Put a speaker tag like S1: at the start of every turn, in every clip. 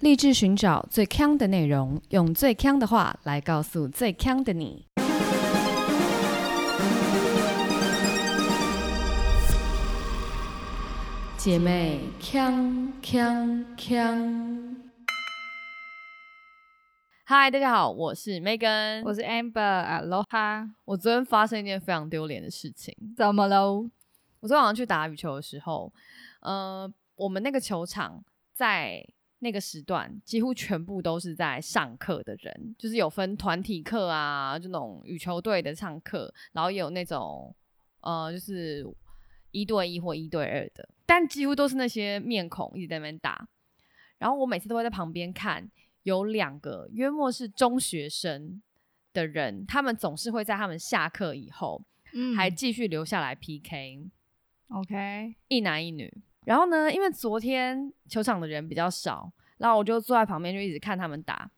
S1: 立志寻找最强的内容，用最强的话来告诉最强的你。姐妹，强强强！嗨，大家好，我是 Megan。
S2: 我
S1: 我
S2: 是 Amber，Aloha，
S1: 我昨天发生一件非常丢脸的事情。
S2: 怎么喽？
S1: 我昨天晚上去打羽球的时候，呃，我们那个球场在那个时段几乎全部都是在上课的人，就是有分团体课啊，就那种羽球队的上课，然后也有那种呃，就是一对一或一对二的，但几乎都是那些面孔一直在那边打。然后我每次都会在旁边看，有两个约莫是中学生的人，他们总是会在他们下课以后
S2: 嗯
S1: 还继续留下来 PK。
S2: OK，
S1: 一男一女。然后呢，因为昨天球场的人比较少，然后我就坐在旁边就一直看他们打。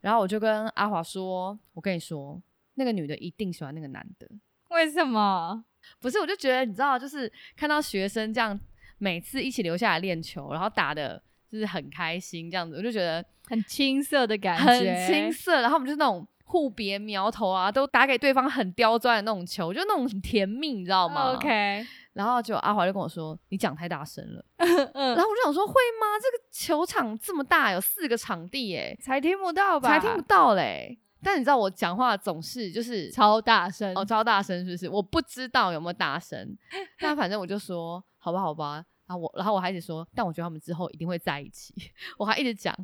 S1: 然后我就跟阿华说：“我跟你说，那个女的一定喜欢那个男的。
S2: 为什么？”
S1: 不是，我就觉得你知道，就是看到学生这样每次一起留下来练球，然后打的就是很开心这样子，我就觉得
S2: 很青涩的感觉，
S1: 很青涩。然后我们就是那种互别苗头啊，都打给对方很刁钻的那种球，就那种很甜蜜，你知道吗
S2: OK，
S1: 然后就阿华就跟我说：“你讲太大声了。”
S2: 嗯
S1: 然，后我就想说，会吗？这个球场这么大，有四个场地，哎，
S2: 才听不到吧？
S1: 才听不到嘞。但你知道我讲话总是就是
S2: 超大声
S1: 哦超大声，是不是？我不知道有没有大声，但反正我就说好吧，好吧。然后我，然后我还一直说，但我觉得他们之后一定会在一起， 我还一直讲。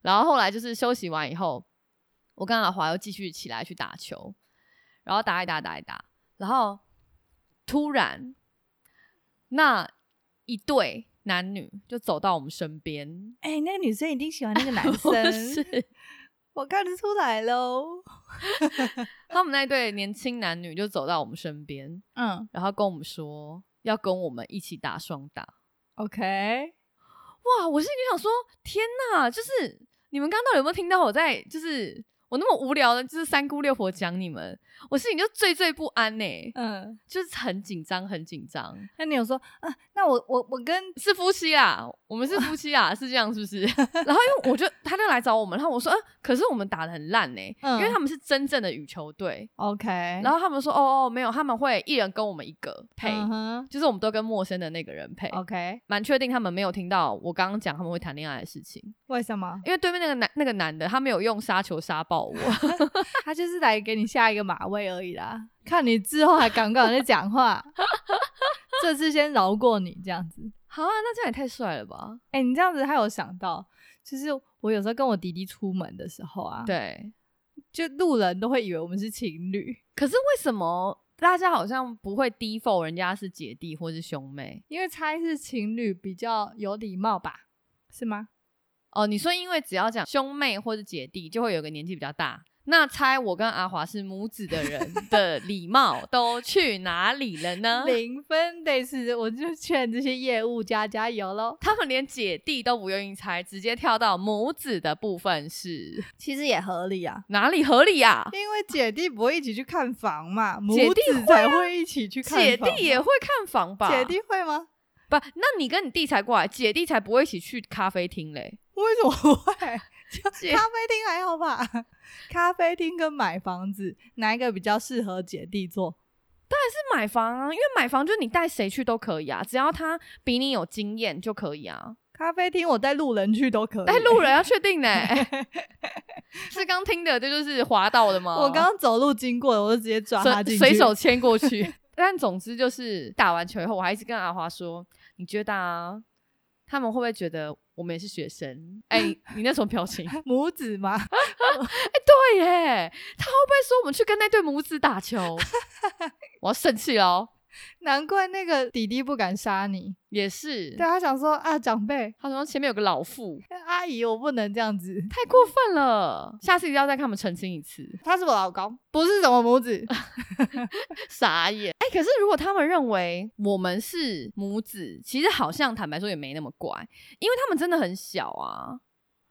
S1: 然后后来就是休息完以后，我跟阿华又继续起来去打球，然后打一打打一打，然后突然那一对男女就走到我们身边，
S2: 哎、那个女生一定喜欢那个男
S1: 不是
S2: 生，我看得出来喽。
S1: 他们那一对年轻男女就走到我们身边，
S2: 嗯
S1: 然后跟我们说要跟我们一起打双打。
S2: ，OK，
S1: 哇！我心里想说，天哪！就是你们刚刚到底有没有听到我在，就是我那么无聊的，就是三姑六婆讲你们，我心里就惴惴不安呢、
S2: 嗯，
S1: 就是很紧张，很紧张。
S2: 那你有说，啊，那我我我跟
S1: 是夫妻啦，我们是夫妻啦，是这样是不 是？然后因为我就他就来找我们，然后我说，嗯、可是我们打的很烂呢、
S2: 嗯哎
S1: 因为他们是真正的羽球队，
S2: OK，然
S1: 然后他们说，哦哦，没有，他们会一人跟我们一个配，
S2: 嗯哼
S1: 就是我们都跟陌生的那个人配。
S2: OK，
S1: 蛮确定他们没有听到我刚刚讲他们会谈恋爱的事情，
S2: 为什么？
S1: 因为对面那个男那个男的他没有用杀球杀爆我，
S2: 他就是来给你下一个马威而已啦，看你之后还敢不敢再讲 话。这次先饶过你这样子。
S1: 好啊，那这样也太帅了吧？
S2: 哎、你这样子还有想到，就是我有时候跟我弟弟出门的时候啊，，
S1: 对，
S2: 就路人都会以为我们是情侣，
S1: 可是为什么大家好像不会 default 人家是姐弟或是兄妹？
S2: 因为猜是情侣比较有礼貌吧？是吗？
S1: 哦，你说因为只要讲兄妹或是姐弟，就会有个年纪比较大。那猜我跟阿华是母子的人的礼貌都去哪里了呢？
S2: 零分得是，我就劝这些业务加加油喽。
S1: 他们连姐弟都不愿意猜，直接跳到母子的部分是
S2: 其实也合理啊，
S1: 哪里合理呀、
S2: 因为姐弟不会一起去看房 嘛，母
S1: 姐弟
S2: 子才会一起去看
S1: 姐
S2: 房
S1: 弟也
S2: 嘛
S1: 会看房吧？
S2: 姐弟会吗？
S1: 不，那你跟你弟才过来，姐弟才不会一起去咖啡厅嘞。
S2: 为什么不会？ 就
S1: 姐
S2: 咖啡厅还好吧？ 咖啡厅跟买房子哪一个比较适合姐弟做？
S1: 是买房啊，因为买房就是你带谁去都可以啊，只要他比你有经验就可以啊。
S2: 咖啡厅我带路人去都可以。
S1: 带呃哎路人要确定呢、 是刚听的，这就是滑到的吗？
S2: 我刚刚走路经过的，我就直接抓他
S1: 随
S2: 进去。
S1: 随手牵过 去。但总之就是打完球以后，我还一直跟阿华说：“你觉得啊，他们会不会觉得我们也是学生？”哎、你你那什么表情？
S2: 母子嘛，
S1: 对耶，他会不会说我们去跟那对母子打球？ 我要生气喽！
S2: 难怪那个弟弟不敢杀你。
S1: 也是，
S2: 对他想说啊，长辈
S1: 他说前面有个老妇，
S2: 阿姨，我不能这样子。
S1: 太过分了，下次一定要再看他们澄清一次。
S2: 他是我老公，不是什么母子。
S1: 傻眼！哎、可是如果他们认为我们是母子，其实好像坦白说也没那么怪，因为他们真的很小啊，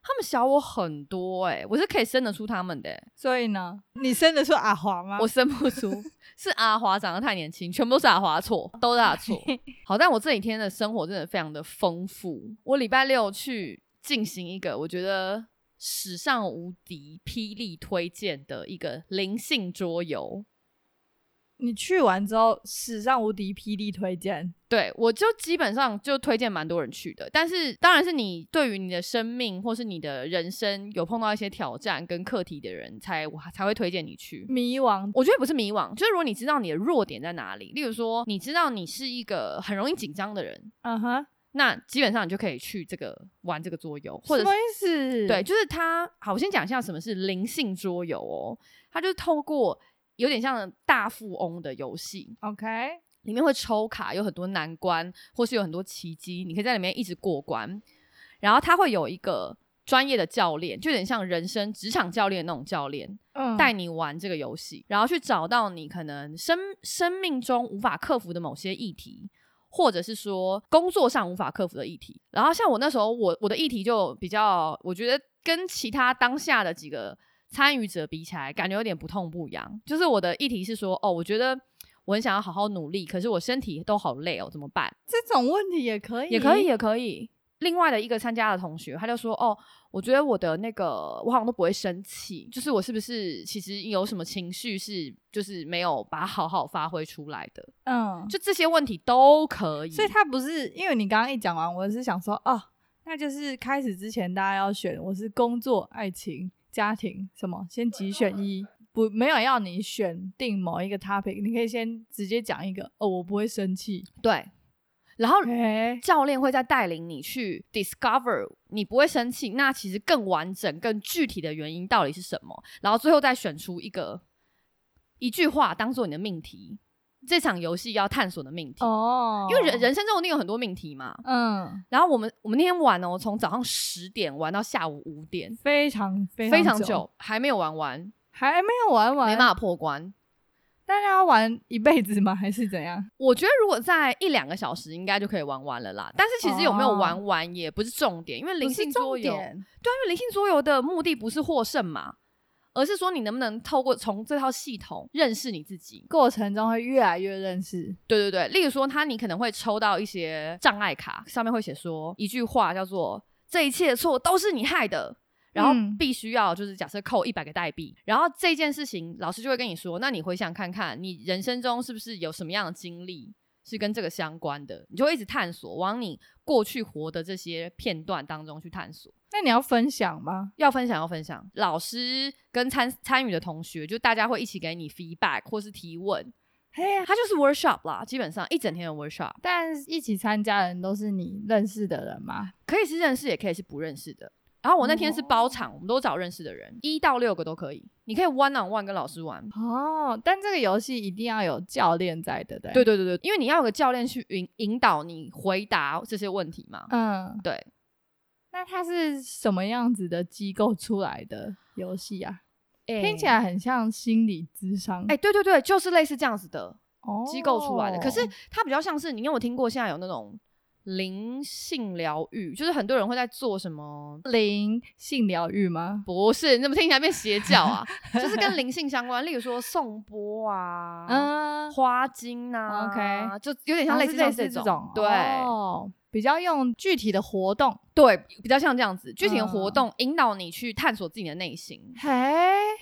S1: 他们小我很多哎、我是可以生得出他们的欸、
S2: 所以呢，你生得出阿华吗？
S1: 我生不出，是阿华长得太年轻，全部都是阿华错，都是他的错。好，但我这几天的生活真的非常的丰富。我礼拜六去进行一个我觉得史上无敌、霹雳推荐的一个灵性桌游。
S2: 你去完之后，史上无敌霹雳推荐，
S1: 对，我就基本上就推荐蛮多人去的，但是当然是你对于你的生命或是你的人生有碰到一些挑战跟课题的人才，我才会推荐你去。
S2: 迷惘
S1: 我觉得不是迷惘，就是如果你知道你的弱点在哪里，例如说你知道你是一个很容易紧张的人，
S2: 嗯哼，
S1: 那基本上你就可以去这个玩这个桌游，或
S2: 什
S1: 者
S2: 么
S1: 是
S2: 意思？
S1: 对，，就是它。好，我先讲一下什么是灵性桌游哦，它就是透过有点像大富翁的游戏，
S2: OK，
S1: 里面会抽卡，有很多难关，或是有很多奇迹，你可以在里面一直过关。然后它会有一个专业的教练，就有点像人生职场教练那种教练，
S2: 嗯，
S1: 带你玩这个游戏，然后去找到你可能生生命中无法克服的某些议题，或者是说工作上无法克服的议题。然后像我那时候，我我的议题就比较，我觉得跟其他当下的几个参与者比起来，感觉有点不痛不痒。就是我的议题是说，哦，我觉得。我很想要好好努力，可是我身体都好累哦，怎么办？
S2: 这种问题也可以，
S1: 也可以，也可以。另外的一个参加的同学，他就说：“哦，我觉得我的那个，我好像都不会生气，就是我是不是其实有什么情绪是就是没有把它好好发挥出来的？
S2: 嗯，
S1: 就这些问题都可以。
S2: 所以他不是因为你刚刚一讲完，我是想说哦，那就是开始之前大家要选，我是工作、爱情、家庭什么，先
S1: 啊
S2: 几选一，不没有要你选定某一个 topic，你可以先直接讲一个哦，我不会生气，
S1: 对，然后
S2: 哎、
S1: 教练会再带领你去 discover 你不会生气，那其实更完整、更具体的原因到底是什么，然后最后再选出一个一句话当做你的命题，这场游戏要探索的命题。
S2: 哦，
S1: 因为人人生中一定有很多命题嘛，
S2: 嗯
S1: 然后我们我们那天玩哦，从早上十点玩到下午五点，
S2: 非常非
S1: 非
S2: 常
S1: 常，久，还没有玩完，
S2: 还没有玩
S1: 没
S2: 完，
S1: 办法破关。
S2: 大家要玩一辈子吗？还是怎样？
S1: 我觉得如果在一两个小时，应该就可以玩完了啦。但是其实有没有玩完也不是重点，因为灵性桌游，对啊，
S2: 哦不是重点
S1: 因为灵性桌游的目的不是获胜嘛，而是说你能不能透过从这套系统认识你自己。
S2: 过程中会越来越认识，
S1: 对对对，例如说，他你可能会抽到一些障碍卡，上面会写说一句话叫做“这一切错都是你害的”，然后
S2: 嗯
S1: 必须要就是假设扣一百个代币，然后这件事情老师就会跟你说，那你回想看看，你人生中是不是有什么样的经历是跟这个相关的，你就会一直探索，往你过去活的这些片段当中去探索。
S2: 那你要分享吗？
S1: 要分享要分享，老师跟参参与的同学，就大家会一起给你 feedback 或是提问，
S2: 嘿呀
S1: 它就是 workshop 啦，基本上一整天的 workshop。
S2: 但一起参加的人都是你认识的人吗？
S1: 可以是认识，也可以是不认识的。然后我那天是包
S2: 哦
S1: 场，我们都找认识的人，一到六个都可以。你可以 one on one 跟老师玩。
S2: 哦，但这个游戏一定要有教练在的，对不
S1: 对
S2: 对，
S1: 对对对，因为你要有个教练去引引导你回答这些问题嘛。
S2: 嗯，
S1: 对，
S2: 那它是什么样子的机构出来的游戏啊？听起
S1: 哎、
S2: 来很像心理智商，
S1: 对对对，就是类似这样子的
S2: 哦，
S1: 机构出来的。可是它比较像是，你有没有听过现在有那种灵性疗愈，就是很多人会在做什么？
S2: 灵性疗愈吗？
S1: 不是，你怎么听起来变邪教 啊？就是跟灵性相关，例如说颂钵啊，
S2: 嗯，
S1: 花精呐、
S2: OK
S1: 就有点像类似
S2: 啊
S1: 像
S2: 类似
S1: 种，
S2: 种，
S1: 对、
S2: 哦，比较用具体的活动，
S1: 对，比较像这样子，具体的活
S2: 嗯
S1: 动引导你去探索自己的内心。
S2: 嘿，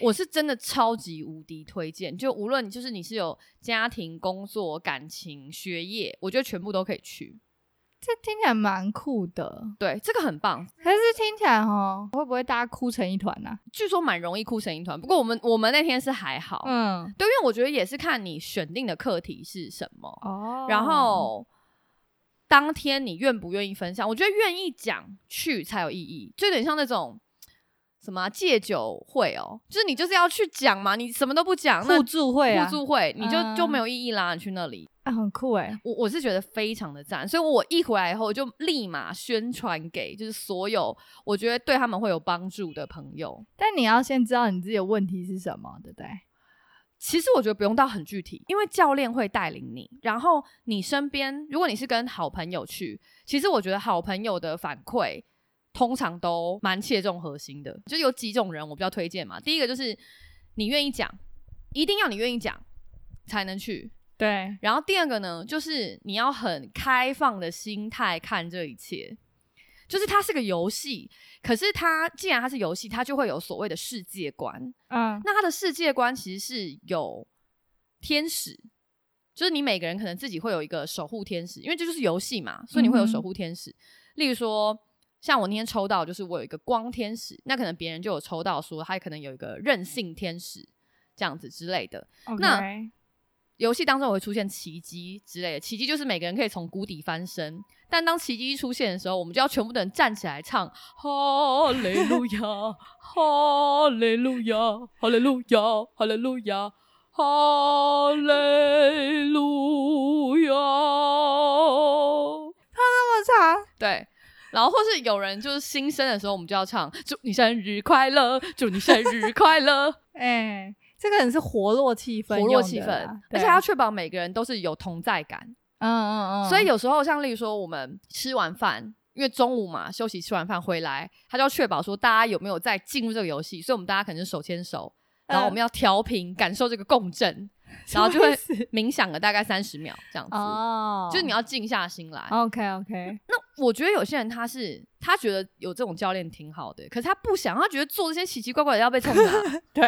S1: 我是真的超级无敌推荐，就无论就是你是有家庭、工作、感情、学业，我觉得全部都可以去。
S2: 这听起来蛮酷的，
S1: 对，这个很棒，
S2: 可是听起来哦哈，会不会大家哭成一团呐？
S1: 据说蛮容易哭成一团。不过我们我们那天是还好，
S2: 嗯，
S1: 对，因为我觉得也是看你选定的课题是什么。
S2: 哦，
S1: 然后当天你愿不愿意分享？我觉得愿意讲去才有意义，就有点像那种什么啊、戒酒会哦，就是你就是要去讲嘛，你什么都不讲，那
S2: 互助会啊，
S1: 互助会你就、就
S2: 嗯
S1: 没有意义啦。你去那里，嗯
S2: 啊，很酷哎、
S1: 我我是觉得非常的赞，所以我一回来以后我就立马宣传给就是所有我觉得对他们会有帮助的朋友。
S2: 但你要先知道你自己的问题是什么，对不对？
S1: 其实我觉得不用到很具体，因为教练会带领你。然后你身边，如果你是跟好朋友去，其实我觉得好朋友的反馈通常都蛮切中核心的。就有几种人我比较推荐嘛，第一个就是你愿意讲，一定要你愿意讲才能去。
S2: 对，
S1: 然后第二个呢，就是你要很开放的心态看这一切。就是它是个游戏，可是它既然它是游戏，它就会有所谓的世界观。
S2: 嗯
S1: 那它的世界观其实是有天使，就是你每个人可能自己会有一个守护天使，因为这就是游戏嘛，所以你会有守护天使。例如说，像我那天抽到，就是我有一个光天使，那可能别人就有抽到说他可能有一个任性天使这样子之类的。那
S2: OK
S1: 游戏当中也会出现奇迹之类的，奇迹就是每个人可以从谷底翻身。但当奇迹一出现的时候，我们就要全部的人站起来唱哈利路亚，哈利路亚，哈利路亚，哈利路亚，哈利路亚。
S2: 那么长，
S1: 对。然后或是有人就是新生的时候，我们就要唱“祝你生日快乐，祝你生日快 乐
S2: 哎、这个人是活络气”，氛
S1: 活
S2: 用的啦，
S1: 络气氛，而且还要
S2: 他
S1: 确保每个人都是有同在感。
S2: 嗯嗯嗯，
S1: 所以有时候像例如说，我们吃完饭，因为中午嘛休息，吃完饭回来，他就要确保说大家有没有在进入这个游戏，所以我们大家可能是手牵手，然后我们要调频，感受这个共 振，然后就会
S2: 嗯什么意思
S1: 冥想了大概三十秒这样子，
S2: 哦，
S1: 就是你嗯要静下心来。
S2: OK OK，
S1: 我觉得有些人他是他觉得有这种教练挺好的，可是他不想，他觉得做这些奇奇怪怪的要啊被冲 打。
S2: 对，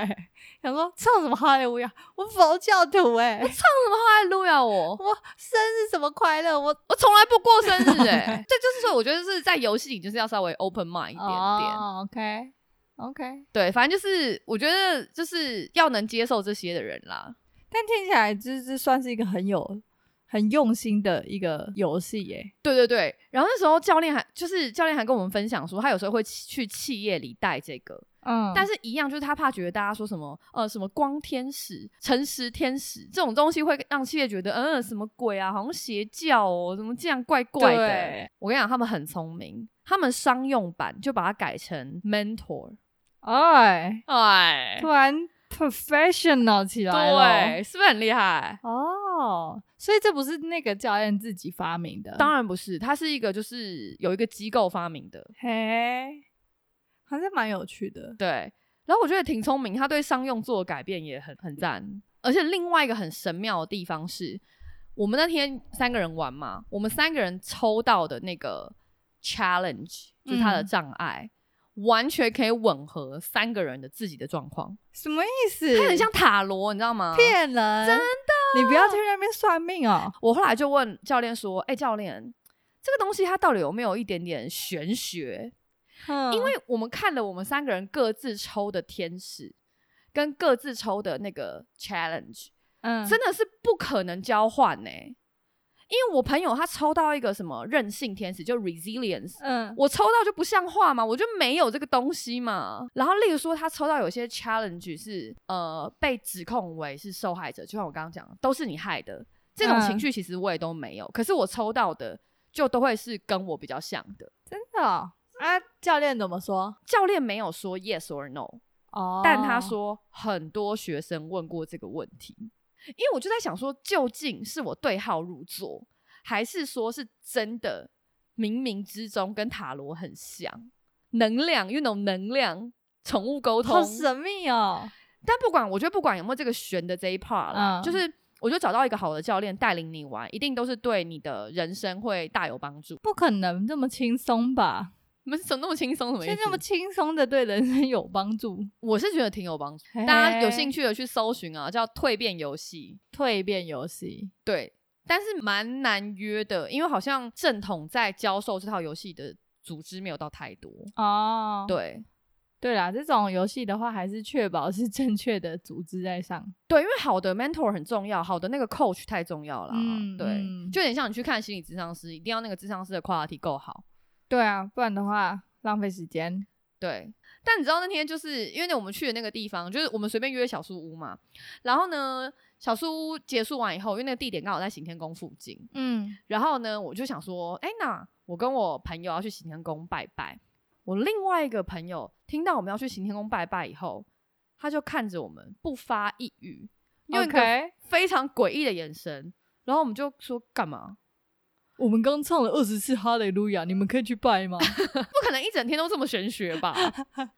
S2: 想说唱什么哈利路亚，我佛教徒哎、
S1: 他在路亚我，
S2: 我生日什么快乐，我
S1: 我从来不过生日哎、 这就是说，我觉得是在游戏里就是要稍微 open mind 一点点。
S2: 哦、OK OK，
S1: 对，反正就是我觉得就是要能接受这些的人啦。
S2: 但听起来这这算是一个很有很用心的一个游戏耶，
S1: 对对对，然后那时候教练还就是教练还跟我们分享说，他有时候会去企业里带这个，
S2: 嗯
S1: 但
S2: 是
S1: 是一样就是他怕觉得大家说什么呃什么光天使、诚实天使这种东西会让企业觉得嗯什么鬼啊，好像邪教哦，怎么这样怪怪的
S2: 对。
S1: 我跟你讲，他们很聪明，他们商用版就把它改成 mentor，
S2: 哎，
S1: 哎
S2: 突，然 professional 起来了，
S1: 对，是不是很厉害？
S2: 哦，所以这不是那个教练自己发明的，
S1: 当然不是，它是一个就是有一个机构发明的，
S2: 嘿，还是蛮有趣的。
S1: 对。然后我觉得挺聪明，他对商用做的改变也很很赞。而且另外一个很神妙的地方是，我们那天三个人玩嘛，我们三个人抽到的那个 challenge 就是他的
S2: 嗯
S1: 障碍，完全可以吻合三个人的自己的状况，
S2: 什么意思？
S1: 它很像塔罗，你知道吗？
S2: 骗人，真的，你不要去那边算命哦。
S1: 我后来就问教练说：“哎、教练，这个东西它到底有没有一点点玄学？”
S2: 嗯
S1: 因为我们看了我们三个人各自抽的天使，跟各自抽的那个 challenge，、
S2: 嗯
S1: 真的是不可能交换呢、因为我朋友他抽到一个什么韧性天使，就 resilience，
S2: 嗯
S1: 我抽到就不像话嘛，我就没有这个东西嘛。然后例如说他抽到有些 challenge 是呃被指控为是受害者，就像我刚刚讲的，都是你害的。这种
S2: 嗯
S1: 情绪其实我也都没有，可是我抽到的就都会是跟我比较像的。
S2: 真的哦啊，教练怎么说？
S1: 教练没有说 yes or no，
S2: 哦，
S1: 但他说很多学生问过这个问题，因为我就在想说，究竟是我对号入座，还是说是真的冥冥之中跟塔罗很像，能量因为那种能量，宠物沟通
S2: 好。神秘哦。
S1: 但不管，我觉得不管有没有这个悬的这一 part 啦，
S2: 嗯
S1: 就是我觉得找到一个好的教练带领你玩，一定都是对你的人生会大有帮助。
S2: 不可能这么轻松吧？
S1: 你们怎么那么轻松？什么意
S2: 现
S1: 思？
S2: 在这么轻松的对人生有帮助，
S1: 我是觉得挺有帮助，大家有兴
S2: 趣
S1: 趣的去搜寻啊，叫蜕变游戏。
S2: 蜕变游戏
S1: 对，但是蛮难约的，因为好像正统在教授这套游戏的组织没有到太多。
S2: 哦。
S1: 对
S2: 对啦，这种游戏的话，还是确保是正确的组织在上。
S1: 对，因为好的 mentor 很重要，好的那个 coach 太重要啦。
S2: 嗯
S1: 对，
S2: 嗯
S1: 就有点像你去看心理咨商师，一定要那个咨商师的 quality 够好。
S2: 对啊，不然的话浪费时间。
S1: 对，但你知道那天就是因为我们去的那个地方，就是我们随便约小树屋嘛，然后呢，小树屋结束完以后，因为那个地点刚好在行天宫附近，
S2: 嗯，
S1: 然后呢，我就想说，哎、那我跟我朋友要去行天宫拜拜。我另外一个朋友听到我们要去行天宫拜拜以后，他就看着我们不发一语，用一个
S2: OK
S1: 非常诡异的眼神。然后我们就说干嘛？
S2: 我们刚唱了二十次哈利路亚，你们可以去拜吗？
S1: 不可能一整天都这么玄学吧？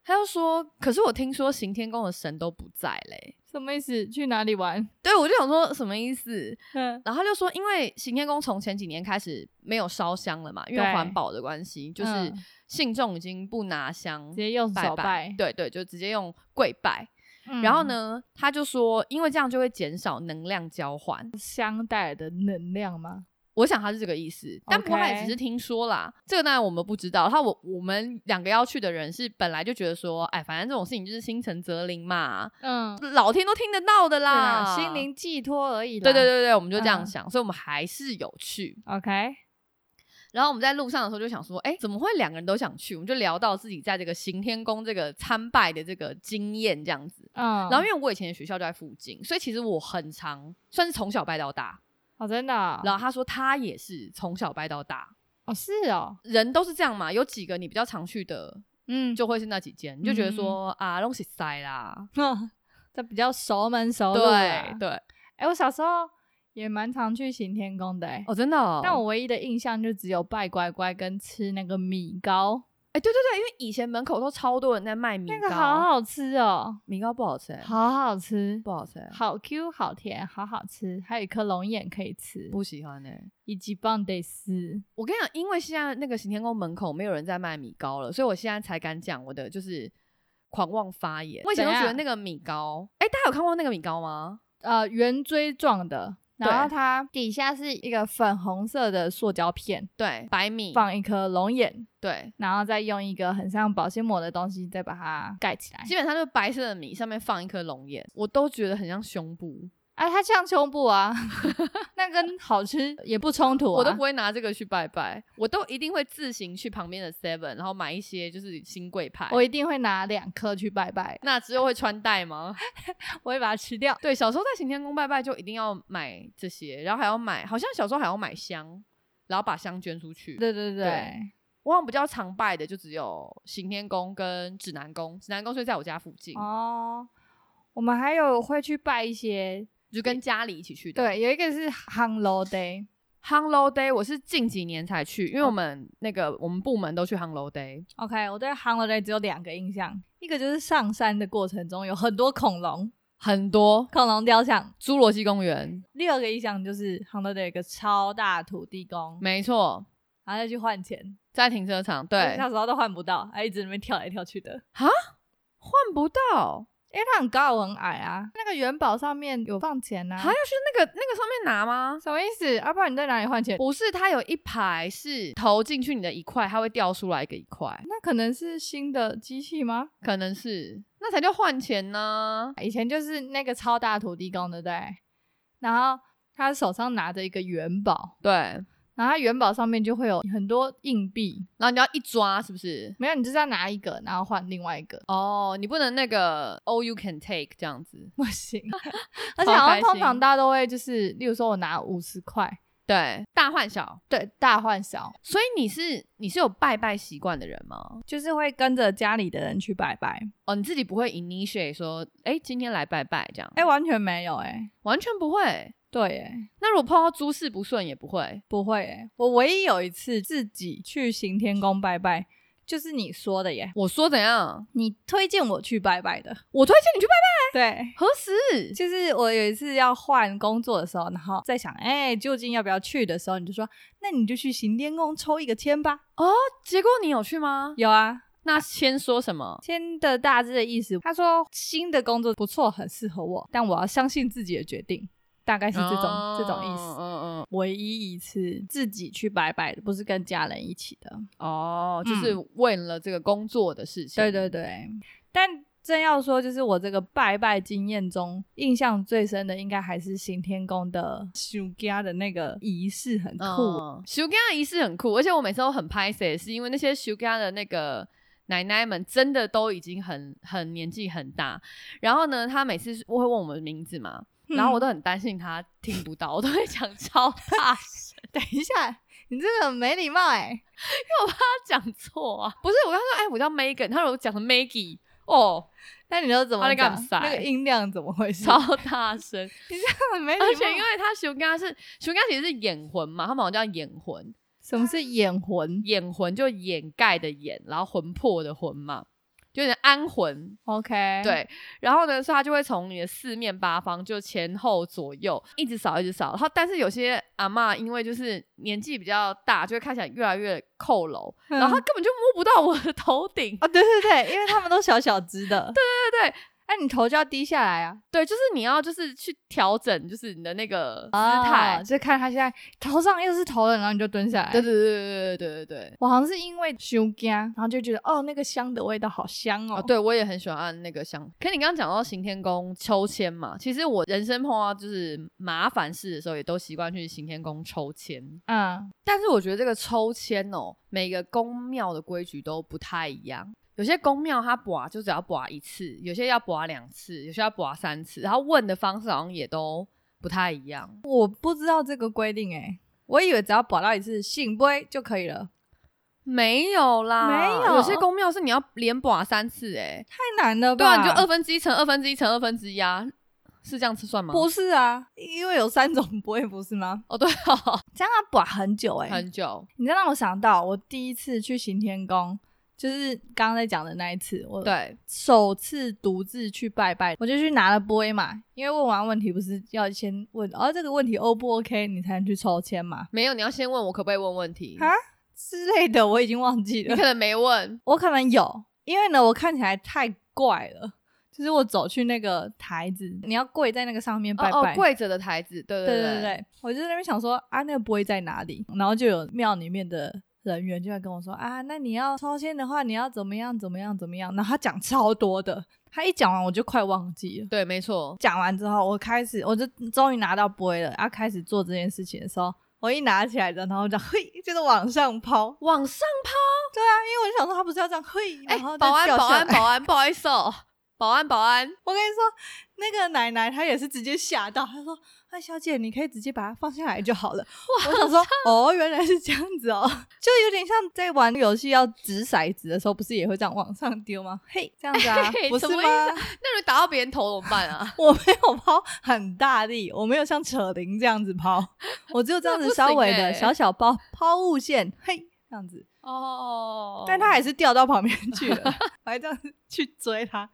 S1: 他又说，可是我听说行天宫的神都不在嘞。
S2: 什么意思？去哪里玩？
S1: 对，我就想说什么意思？
S2: 嗯，
S1: 然后他就说，因为行天宫从前几年开始没有烧香了嘛，因为
S2: 对
S1: 环保的关系，就是
S2: 嗯
S1: 信众已经不拿香
S2: 直接用
S1: 拜
S2: 手
S1: 拜，对对，就直接用跪拜。
S2: 嗯
S1: 然后呢，他就说，因为这样就会减少能量交换。
S2: 香带来的能量吗？
S1: 我想他是这个意思，但不过他也只
S2: OK
S1: 是听说啦。这个当然我们不知道。他我我们两个要去的人是本来就觉得说，哎，反正这种事情就是心诚则灵嘛，
S2: 嗯，
S1: 老天都听得到的
S2: 对
S1: 啦，
S2: 啊，心。灵寄托而已啦。
S1: 对对对对，我们就这样
S2: 嗯
S1: 想，所以我们还是有去。
S2: ，OK，
S1: 然后我们在路上的时候就想说，哎，怎么会两个人都想去？我们就聊到自己在这个行天宫这个参拜的这个经验这样子。
S2: 嗯，
S1: 然后因为我以前的学校就在附近，所以其实我很常算是从小拜到大。
S2: 哦，真的哦，
S1: 然后他说他也是从小拜到大，
S2: 哦是哦，
S1: 人都是这样嘛，有几个你比较常去的，
S2: 嗯，
S1: 就会是那几间，你就觉得说、啊，东西塞 啦，哦
S2: 这比较熟门熟路啦。
S1: 对对，
S2: 哎，我小时候也蛮常去行天宫的，哎，
S1: 哦，真的、哦。
S2: 但我唯一的印象就只有拜乖乖跟吃那个米糕，
S1: 哎、对对对，因为以前门口都超多人在卖米糕，
S2: 那个好好吃哦，
S1: 米糕不好吃、欸，
S2: 好好吃，
S1: 不好吃、欸，
S2: 好 Q 好甜，好好吃，还有一颗龙眼可以吃，
S1: 不喜欢哎、
S2: 以及棒得丝。
S1: 我跟你讲，因为现在那个行天宫门口没有人在卖米糕了，所以我现在才敢讲我的就是狂妄发言。我以前都
S2: 怎
S1: 觉
S2: 样
S1: 得那个米糕，哎、大家有看过那个米糕吗？
S2: 呃圆锥状的，然
S1: 对
S2: 后它底下是一个粉红色的塑胶片，
S1: 对，白米，
S2: 放一颗龙眼，
S1: 对，
S2: 然后再用一个很像保鲜膜的东西再把它盖起来。
S1: 基本上就是白色的米，上面放一颗龙眼，我都觉得很像胸部，
S2: 啊，它像胸部啊， 那跟好吃也不冲突、啊。
S1: 我都不会拿这个去拜拜，我都一定会自行去旁边的 Seven，然后买一些就是新贵派。
S2: 我一定会拿两颗去拜拜，
S1: 那之后会穿戴吗？
S2: 我会把它吃掉。
S1: 对，小时候在行天宫拜拜就一定要买这些，然后还要买，好像小时候还要买香，然后把香捐出去。
S2: 对对对，
S1: 对我好像比较常拜的就只有行天宫跟指南宫，指南宫就在我家附近，
S2: 哦，我们还有会去拜一些，
S1: 就跟家里一起去的。
S2: 对，有一个是 h a n g l o Day，
S1: ，Hang Low Day 我是近几年才去，因为我
S2: 哦
S1: 们那个我们部门都去 Hang Low Day。
S2: OK，我对 Hello Day 只有两个印象，一个就是上山的过程中有很多恐龙，
S1: 很多
S2: 恐龙雕像；
S1: 侏罗纪公园，
S2: 第二个印象就是 Hello Day 有一个超大土地公，
S1: 没错，
S2: 然后要去换钱，
S1: 在停车场，对，
S2: 小时候都换不到，还一直在那边跳来跳去的。
S1: 换不到，
S2: 因为它很高，我很矮啊。那个元宝上面有放钱呐、
S1: 还要去那个那个上面拿吗？
S2: 什么意思？啊要、不然你在哪里换钱？
S1: 不是，它有一排是投进去你的一块，它会掉出来一个一块，
S2: 那可能是新的机器吗？
S1: 可能是那才叫换钱呢。
S2: 以前就是那个超大土地公，对不对？然后他手上拿着一个元宝，
S1: 对，然
S2: 然后它元宝上面就会有很多硬币，
S1: 后你要一抓，是不是？
S2: 没有，你就是要拿一个，然后换另外一个，
S1: 哦，你不能那个 all you can take 这样子，
S2: 不 行。而且好像通
S1: 心
S2: 常大家都会就是，例如说我拿五十块，
S1: 对，大换小。
S2: 对，大换小，
S1: 所以你是你是有拜拜习惯的人吗？
S2: 就是会跟着家里的人去拜拜。
S1: 哦，你自己不会 initiate 说，哎，今天来拜拜这样？
S2: 哎、完全没有哎、
S1: 完全不会。
S2: 对哎。
S1: 那如果碰到诸事不顺也不会，
S2: 不会、欸，我唯一有一次自己去行天宫拜拜，就是你说的耶，
S1: 我说怎样？
S2: 你推荐我去拜拜的。
S1: 我推荐你去拜
S2: 对，
S1: 拜，何时？
S2: 就是我有一次要换工作的时候，然后在想，哎、究竟要不要去的时候，你就说，那你就去行天宫抽一个签吧。
S1: 结果你有去吗？
S2: 有啊，
S1: 那先说什么？
S2: 签的大致的意思，他说新的工作不错，很适合我，但我要相信自己的决定。大 概是这种、
S1: 哦
S2: 这种意思，
S1: 嗯嗯，
S2: 唯一一次自己去拜拜的，不是跟家人一起的。
S1: 哦，就是为了这个工作的事情。
S2: 嗯对对，对，但真要说，就是我这个拜拜经验中，印象最深的应该还是行天宫的修家的那个仪式，很酷。
S1: 嗯。Sugar 仪式很酷，而且我每次都很拍摄，是因为那些 Sugar 的那个。奶奶们真的都已经很很年纪很大，然后呢，她每次我会问我们名字嘛，然后我
S2: 都、
S1: 都很担心她听不到，我都会讲超大声，
S2: 等一下，你这个很没礼貌哎、
S1: 她讲错 啊，不是我跟她说，哎、我叫 Megan，她如果讲成 Maggie，哦，
S2: 那你都怎
S1: 啊
S2: 么
S1: 你干
S2: 讲
S1: 嘛？
S2: 那个音量怎么回事？
S1: 超大 声，
S2: 你这样很没礼貌。
S1: 而且因为他熊刚是熊刚其实是眼魂嘛，他们好像叫眼魂，
S2: 什么是眼魂
S1: 掩魂就掩盖的掩，然后魂魄的魂嘛，就有点安魂。
S2: ？OK，，
S1: 对，然后呢，所以它就会从你的四面八方，就前后左右一直扫，一直扫。然后，但是有些阿嬷因为就是年纪比较大，就会看起来越来越佝偻，然后她
S2: 嗯
S1: 根本就摸不到我的头顶。
S2: 哦，对对对，因为他们都小小只的。 对
S1: 对对
S2: 对，那你头就要低下来啊，
S1: 对，就是你要就是去调整，就是你的那个姿
S2: 啊
S1: 态。
S2: 就看他现在头上又是头了，然后你就蹲下来。
S1: 对对对对对对对。
S2: 我好像是因为修家，然后就觉得哦，那个香的味道好香哦。
S1: 哦，，对我也很喜欢按那个香。可你刚刚讲到行天宫抽签嘛，其实我人生碰到就是麻烦事的时候，也都习惯去行天宫抽签。
S2: 嗯，
S1: 但是我觉得这个抽签哦，每个宫庙的规矩都不太一样。有些宫庙它卜就只要卜一次，有些要卜两次，有些要卜三次，然后问的方式好像也都不太一样。
S2: 我不知道这个规定哎、我以为只要保到一次信杯就可以了，
S1: 没有啦，
S2: 没有
S1: 有些宫庙是你要连卜三次、欸，哎，
S2: 太难了
S1: 对啊，
S2: 吧？
S1: 你就二分之一乘二分之一乘二分之一啊，是这样子算吗？
S2: 不是啊，因为有三种杯不是吗？
S1: 哦，对哦，
S2: 这样要保很久哎、
S1: 很久，
S2: 你这让我想到我第一次去行天宫，就是刚刚在讲的那一次，我
S1: 对，
S2: 首次独自去拜拜，我就去拿了杯嘛，因为问完问题不是要先问哦这个问题 O 不 OK，你才能去抽签嘛
S1: 没有，你要先问我可不可以问问题，
S2: 啊之类的，我已经忘
S1: 你
S2: 记了
S1: 可，能没问，
S2: 我可能有，因为呢我看起来太怪了，就是我走去那个台子，你要跪在那个上面拜
S1: 哦
S2: 拜，
S1: 哦，跪着的台子，对
S2: 对
S1: 对
S2: 对对，我就在那边想说啊，那个杯在哪里？然后就有庙里面的人员就在跟我说啊，那你要抽签的话，你要怎么样怎么样怎么样？然后他讲超多的，他一讲完我就快忘记了。
S1: 对，没错，
S2: 讲完之后，我开始我就终于拿到杯了，啊，开始做这件事情的时候，我一拿起来的，然后我就嘿，就是往上抛，因
S1: 往上
S2: 为我就想说他不是要这样嘿，
S1: 抛，哎、
S2: 然后再
S1: 保安
S2: 掉
S1: 保
S2: 下
S1: 安
S2: 来。
S1: 保安，不 好意思哦，保安保安，
S2: 我跟你说，那个奶奶她也是直接吓到，她说：“哎，小姐，你可以直接把它放下来就好了。”我想说，哦，原来是这样子哦， 就有点像在玩游戏要掷骰子的时候，不是也会这样往上丢吗？嘿，这样子啊，
S1: 嘿
S2: 不是
S1: 什么
S2: 吗
S1: 意？思那你打到别人头怎么办 啊？
S2: 我没有抛很大力，我没有像扯铃这样子抛，我只有这样
S1: 那
S2: 子
S1: 不
S2: 稍
S1: 行
S2: 微的
S1: 欸
S2: 小小抛抛物线，嘿，这样子。
S1: 哦，
S2: 但他还是掉到旁边 去了，我还这样子去追他，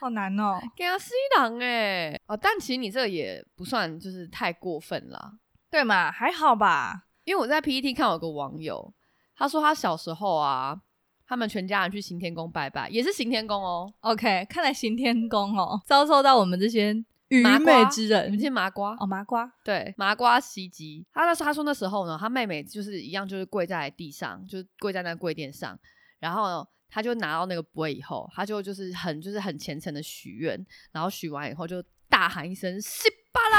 S2: 好难哦。
S1: 给他西郎哎，哦，但其实你这个也不算就是太过分啦，
S2: 对嘛，还好吧。
S1: 因为我在 PPT 看有个网友，他说他小时候啊，他们全家人去行天宫拜拜，也是行天宫哦，
S2: OK，看来行天宫哦，遭受到我们这些愚
S1: 麻瓜
S2: 昧之
S1: 你
S2: 人
S1: 们。是麻瓜
S2: 哦，麻瓜，
S1: 对，麻瓜袭击他。那时候他说那时候呢，他妹妹就是一样，就是跪在地上，就是跪在那个跪垫上，然后呢，他就拿到那个杯以后，他就就是很就是很虔诚的许愿，然后许完以后就大喊一声“西巴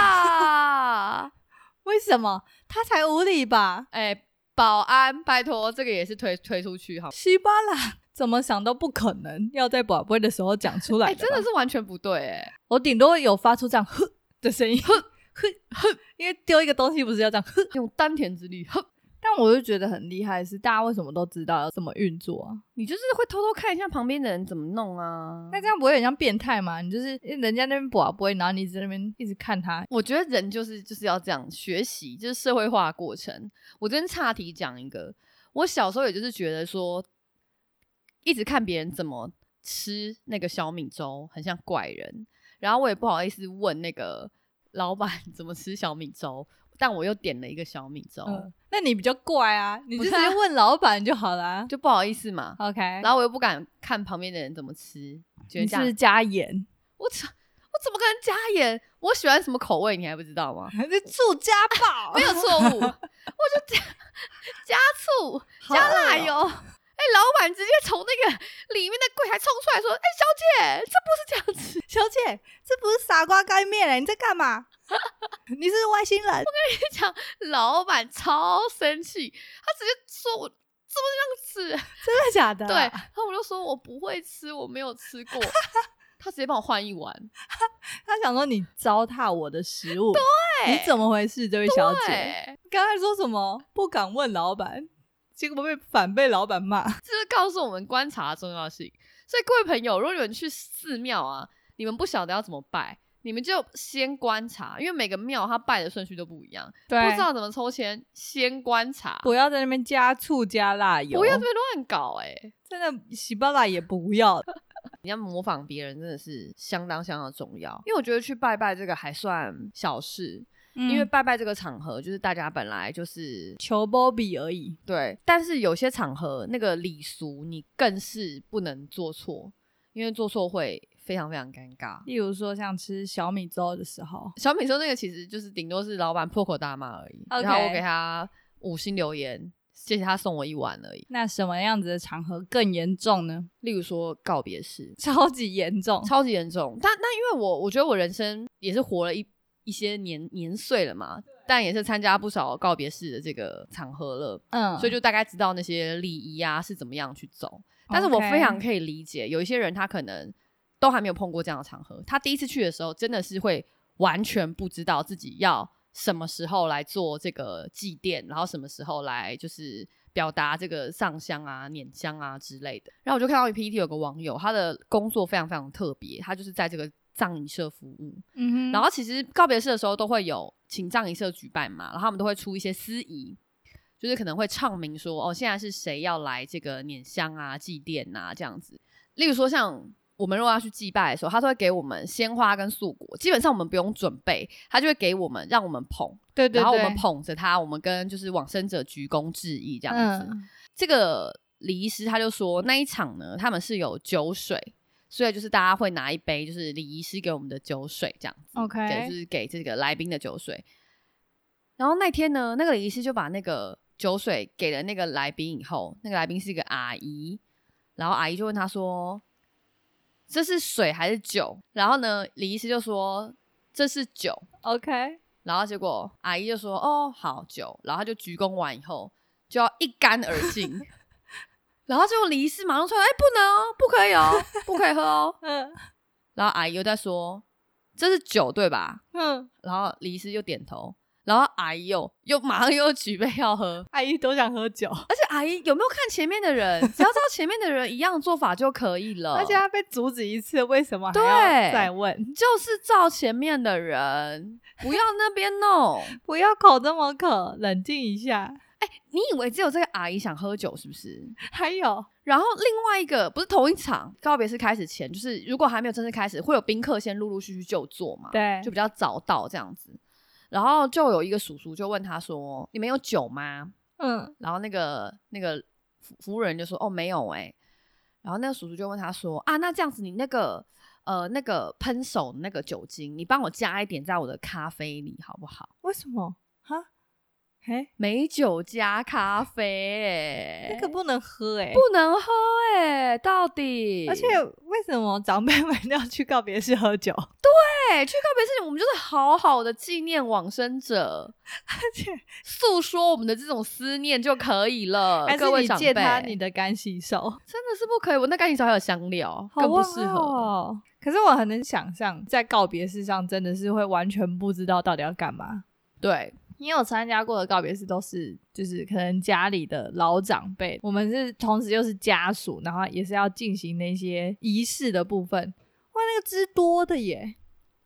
S1: 啦
S2: 为什么他才无理吧”，？
S1: 哎。保安，拜托，这个也是推推出去好吗，
S2: 西巴啦，怎么想都不可能要在宝贝的时候讲出来
S1: 哎、
S2: 吧
S1: 真的，是完全不对、哎，
S2: 我顶多有发出这样哼的声音，哼哼哼，因为丢一个东西不是要这样哼。
S1: 用丹田之力，哼，
S2: 但我就觉得很厉害，是大家为什么都知道要怎么运作啊？
S1: 你就是会偷偷看一下旁边的人怎么弄啊。
S2: 那这样不会很像变态吗？你就是人家那边宝贝，然后你一直在那边一直看他，
S1: 我觉得人就是就是要这样学习，就是社会化的过程。我真岔题讲一个，我小时候也就是觉得说，一直看别人怎么吃那个小米粥，很像怪人。然后我也不好意思问那个老板 怎么吃小米粥，但我又点了一个小米粥，
S2: 嗯，那你比较怪啊，你就
S1: 不
S2: 直
S1: 是
S2: 接
S1: 啊
S2: 问老板就好啦。
S1: 就不好意思嘛。
S2: OK，
S1: 然后我又不敢看旁边的人怎么吃，觉得
S2: 你
S1: 这
S2: 是
S1: 样
S2: 不是加盐？？
S1: 我怎我怎么可能加盐？我喜欢什么口味，你还不知道吗
S2: 这醋加爆，
S1: 没有错误，我就加加醋、
S2: 好
S1: 加
S2: 饿
S1: 辣
S2: 哦
S1: 油。哎、老板直接从那个里面的柜台冲出来说：“哎、小姐，这不是这样吃。
S2: 小姐，这不是傻瓜盖面嘞？你在干嘛？ 你是不是外星人？”
S1: 老板超生气，他直接说我。怎么这样吃？
S2: 真的假的？
S1: 对，，然后我就说我不会吃，我没有吃 过。他直接帮我换一碗，
S2: 他想说你糟蹋我的食物，对你怎么回事，这位小姐？
S1: 对，
S2: 刚才说什么不敢问老板，结果被反被老板骂。
S1: 这是告诉我们观察的重要性。所以各位朋友，如果你们去寺庙啊，你们不晓得要怎么拜，你们就先观察，因为每个庙它拜的顺序都不一样，
S2: 对，
S1: 不知道怎么抽签，先观察，
S2: 不要在那边加醋加辣油，
S1: 不要这边乱搞哎、
S2: 真的洗巴拉也不要。
S1: 你要模仿别人真的是相当相当重要，因为我觉得去拜拜这个还算小事， 因为
S2: 嗯
S1: 拜拜这个场合就是大家本来就是
S2: 求 Bobby 而已，
S1: 对，但是有些场合那个礼俗你更是不能做错，因为做错会非常非常尴尬。
S2: 例如说像吃小米粥的时候，
S1: 小米说那个其实就是顶多是老板破口大骂而已
S2: OK
S1: 然后我给他五星留言，谢谢他送我一碗而已。
S2: 那什么样子的场合更严重呢？
S1: 例如说告别式，
S2: 超级严重，
S1: 超级严重。但那因为我我觉得我人生也是活了一一些年年岁了嘛，但也是参加不少告别式的这个场合了，
S2: 嗯，
S1: 所以就大概知道那些礼仪啊是怎么样去走。但是我
S2: OK
S1: 非常可以理解，有一些人他可能都还没有碰过这样的场合，他第一次去的时候真的是会完全不知道自己要什么时候来做这个祭奠，然后什么时候来就是表达这个上香啊、捻香啊之类的。然后我就看到 PPT 有个网友，他的工作非常非常特别，他就是在这个葬仪社服务。
S2: 嗯哼，
S1: 然后其实告别式的时候都会有请葬仪社举办嘛，然后他们都会出一些司仪，就是可能会唱明说哦，现在是谁要来这个捻香啊、祭奠啊这样子。例如说像。我们如果要去祭拜的时候，他都会给我们鲜花跟素果，基本上我们不用准备，他就会给我们，让我们捧，
S2: 对对对，
S1: 然后我们捧着他，我们跟就是往生者鞠躬致意这样子。
S2: 嗯
S1: 这个李医师他就说，那一场呢，他们是有酒水，所以就是大家会拿一杯，就是李医师给我们的酒水这样子
S2: OK
S1: 给就是给这个来宾的酒水。然后那天呢，那个李医师就把那个酒水给了那个来宾以后，那个来宾是一个阿姨，然后阿姨就问他说：“这是水还是酒？”然后呢，李医师就说：“这是酒。”
S2: OK，
S1: 然后结果阿姨就说：“哦，好酒。”然后他就鞠躬完以后就要一干而尽。然后结果李医师马上说：“哎，不能哦，不可以哦，不可以喝哦。
S2: 嗯”
S1: 然后阿姨又在说：“这是酒对吧
S2: 嗯，？”
S1: 然后李医师就点头。然后阿姨又又马上又举杯要喝，
S2: 阿姨都想喝酒，
S1: 而且阿姨有没有看前面的人？只要照前面的人一样做法就可以了。
S2: 而且她被阻止一次，为什么还
S1: 对
S2: 要再问？
S1: 就是照前面的人，不要那边弄。
S2: 不要口这么渴，冷静一下。
S1: 你以为只有这个阿姨想喝酒是不是？
S2: 还有，
S1: 然后另外一个不是同一场告别式开始前，就是如果还没有正式开始，会有宾客先陆陆续续就座嘛，
S2: 对
S1: 就比较早到这样子。然后就有一个叔叔就问他说：“你们有酒吗
S2: 嗯？”，
S1: 然后那个那个服服务人就说：“哦，没有哎、然后那个叔叔就问他说：“啊，那这样子你那个呃那个喷手的那个酒精，你帮我加一点在我的咖啡里好不好？
S2: 为什么？哈，哎，
S1: 美酒加咖啡、欸，
S2: 那个不能喝哎、
S1: 不能喝哎、到底
S2: 而且为什么长辈 们要去告别式喝酒？
S1: 对，去告别式，我们就是好好的纪念往生者，
S2: 而且
S1: 诉说我们的这种思念就可以了。
S2: 还
S1: 各
S2: 是
S1: 位
S2: 你
S1: 长
S2: 借
S1: 辈，
S2: 他你的干洗手，
S1: 真的是不可以。我那赶紧找还有香料，
S2: 好
S1: 更不
S2: 哇
S1: 适合。
S2: 哦。可是我很能想象，在告别式上真的是会完全不知道到底要干嘛。
S1: 对，
S2: 你有参加过的告别式都是就是可能家里的老长辈，我们是同时又是家属，然后也是要进行那些仪式的部分。哇，那个之多的耶！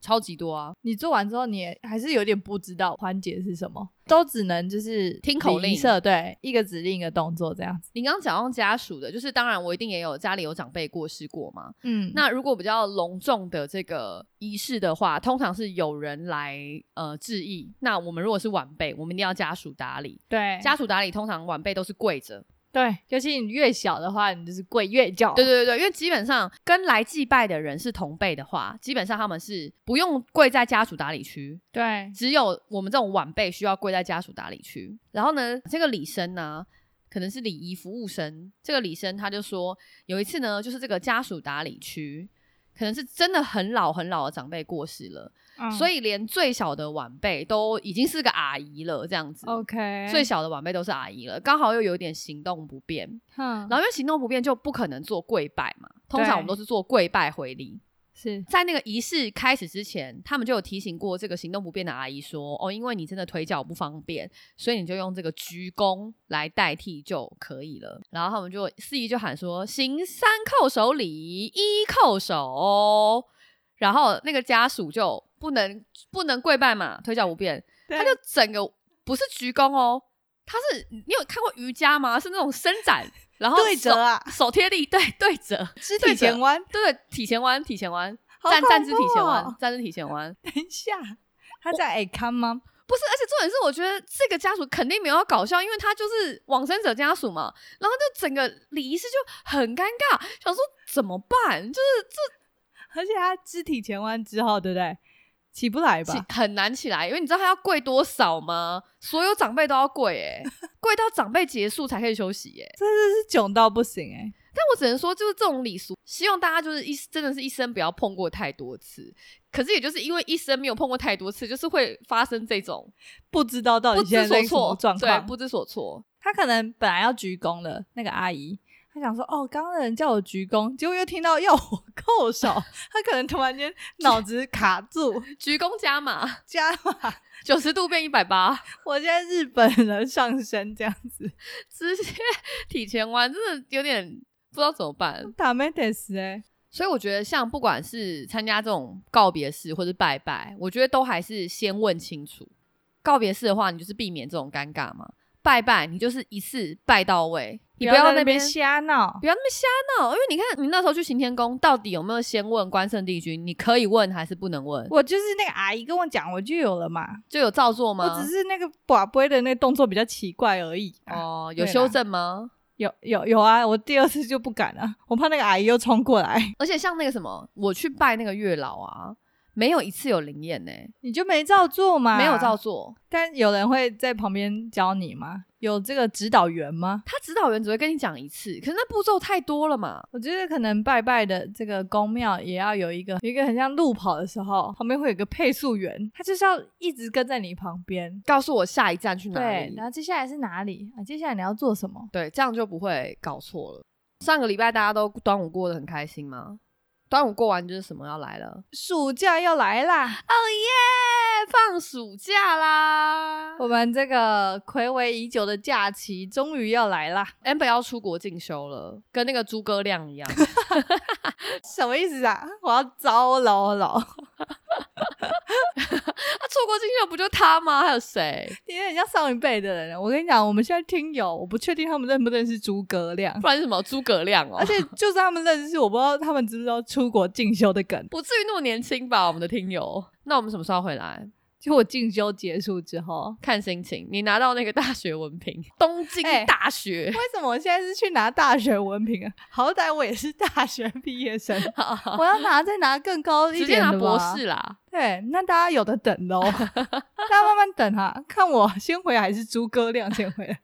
S1: 超级多啊！
S2: 你做完之后，你也还是有点不知道环节是什么，都只能就是
S1: 听口令
S2: 礼仪社对，一个指令一个动作这样子。
S1: 你刚刚讲到家属的，就是当然我一定也有家里有长辈过世过嘛。
S2: 嗯
S1: 那如果比较隆重的这个仪式的话，通常是有人来呃致意。那我们如果是晚辈，我们一定要家属打理。
S2: 对
S1: 家属打理通常晚辈都是跪着，
S2: 对，尤其你越小的话，你就是跪越叫。
S1: 对对对对，因为基本上跟来祭拜的人是同辈的话，基本上他们是不用跪在家属打理区，
S2: 对
S1: 只有我们这种晚辈需要跪在家属打理区。然后呢，这个李生呢，可能是礼仪服务生，这个李生他就说，有一次呢，就是这个家属打理区。可能是真的很老很老的长辈过世了，所
S2: 以
S1: 以连最小的晚辈都已经是个阿姨了，这样子。
S2: OK，
S1: 最小的晚辈都是阿姨了，刚好又有点行动不便，
S2: 哼
S1: 然后因为行动不便，就不可能做跪拜嘛。通常我们
S2: 对
S1: 都是做跪拜回礼。
S2: 是
S1: 在那个仪式开始之前，他们就有提醒过这个行动不便的阿姨说：“哦，因为你真的腿脚不方便，所以你就用这个鞠躬来代替就可以了。”然后他们就司仪就喊说：“行三叩首礼，一叩首。”然后那个家属就不能不能跪拜嘛，腿脚不便，
S2: 对
S1: 他就整个不是鞠躬哦，他是你有看过瑜伽吗？是那种伸 展，然后
S2: 对
S1: 手
S2: 折啊，
S1: 手贴地，对对折，
S2: 肢
S1: 对
S2: 体
S1: 折
S2: 前弯，
S1: 对对体前弯，体前弯，
S2: 好
S1: 站
S2: 恐
S1: 站姿体前
S2: 怖
S1: 弯
S2: 哦，
S1: 站姿体前弯，
S2: 等一下，他在 A 看吗？
S1: 不是，而且重点是，我觉得这个家属肯定没有要搞笑，因为他就是往生者家属嘛，然后就整个礼仪师就很尴尬，想说怎么办，就是
S2: 而且他肢体前弯之后，对不对？起不来吧？
S1: 起很难起来，因为你知道他要跪多少吗？所有长辈都要跪、 欸，跪到长辈结束才可以休息、欸，
S2: 真是囧到不行哎、
S1: 但我只能说，就是这种礼俗，希望大家就是一真的是一生不要碰过太多次。可是也就是因为一生没有碰过太多次，就是会发生这种
S2: 不知道到
S1: 不
S2: 底现
S1: 知所
S2: 在在什
S1: 措，
S2: 么状
S1: 对，
S2: 况。
S1: 不知所措。
S2: 他可能本来要鞠躬了，那个阿姨，她想说哦，刚刚的人叫我鞠躬，结果又听到要我叩首，她可能突然间脑子卡住，
S1: 鞠躬加码，
S2: 加码，
S1: 九十度变一百八，
S2: 我现在日本人上身这样子，
S1: 直接 体前弯，真的有点不知道怎么办。
S2: 打没得死哎，
S1: 所以我觉得，像不管是参加这种告别式或是拜拜，我觉得都还是先问清楚。告别式的话，你就是避免这种尴尬嘛；拜拜，你就是一次拜到位，你不要
S2: 在
S1: 在那
S2: 边
S1: 边
S2: 瞎闹
S1: 不。要那么瞎闹，因为你看你那时候去行天宫，到底有没有先问关圣帝君？你可以问还是不能问？
S2: 我就是那个阿姨跟我讲，我就有了嘛。
S1: 就有照做
S2: 我
S1: 吗
S2: 只？是那个把杯的那个动作比较奇怪而已、啊。
S1: 哦，有
S2: 对啦
S1: 修正吗？
S2: 有有有啊！我第二次就不敢了，我怕那个阿姨又冲过来，
S1: 而且像那个什么，我去拜那个月老啊，没有一次有灵验呢、
S2: 你就没照做嘛？
S1: 没有照做。
S2: 但有人会在旁边教你吗？有这个指导员吗？
S1: 他指导员只会跟你讲一次，可是那步骤太多了嘛。
S2: 我觉得可能拜拜的这个宫庙也要有一个有一个很像路跑的时候，旁边会有个配速员，他就是要一直跟在你旁边。
S1: 告诉我下一站去哪
S2: 对
S1: 里，
S2: 然？后接下来是哪里啊？接下来你要做什么？
S1: 对，这样就不会搞错了。上个礼拜大家都端午过得很开心吗？端午过完就是什么要来了？
S2: 暑假要来啦！
S1: 哦耶！放暑假啦！
S2: 我们这个暌违已久的假期终于要来啦！
S1: Amber 要出国进修了，跟那个诸葛亮一样。 啊
S2: 什么意思啊？ 我要糟老老，
S1: 他出国进修不就他吗？还有 谁？
S2: 你 有点像上一辈的人了。啊我跟你讲，我们现在听友，我不确定他们认不认识诸葛亮，
S1: 不然是什么诸葛亮哦？
S2: 而且就算他们认识，我不知道他们知不知道出国进修的梗。
S1: 不至于那么年轻吧？我们的听友，那我们什么时候回来？
S2: 就我进修结束之后，
S1: 看心情。你拿到那个大学文 凭，东京
S2: 哎
S1: 大学。
S2: 为什么我现在是去拿大学文凭啊？好歹我也是大学毕业 生，我要拿再拿更高一
S1: 直接
S2: 点
S1: 拿
S2: 的
S1: 博
S2: 吧。
S1: 士啦！
S2: 对，那大家有的等 喽，大家慢慢等啊，看我先回来还是诸葛亮先回来？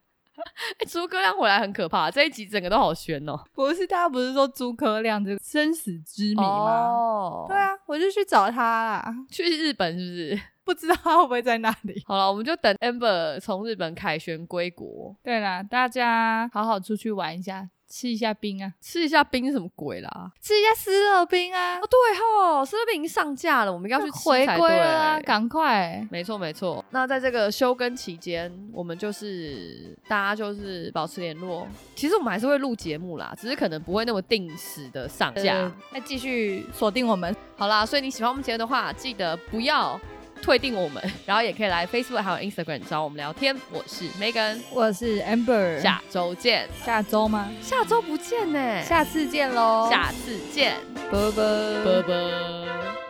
S1: 哎、诸葛亮回来很可怕，这一集整个都好悬哦。
S2: 不是，大家不是说诸葛亮这个生死之谜吗？
S1: 哦
S2: 对，啊，我就去找他啦，
S1: 去日本是不是？
S2: 不知道他会不会在那里。
S1: 好了，我们就等 Amber 从日本凯旋归国，
S2: 对啦，大家好好出去玩一下，吃一下冰啊。
S1: 吃一下冰是什么鬼啦？
S2: 吃一下湿热冰啊
S1: 哦，，对吼，是不是已经上架了？我们应该去吃
S2: 回
S1: 才
S2: 归
S1: 对
S2: 了啊，赶快！
S1: 没错没错。那在这个休耕期间，我们就是大家就是保持联络。其实我们还是会录节目啦，只是可能不会那么定时的上架
S2: 对。，那呃继续锁定我们，
S1: 好啦，所以你喜欢我们节目的话，记得不要退订我们，然后也可以来 Facebook 还有 Instagram 找我们聊天。我是 Megan，
S2: 我是 Amber，
S1: 下周见。
S2: 下周吗？
S1: 下周不见呢、
S2: 下次见喽，
S1: 下次见，
S2: 拜拜
S1: 拜拜。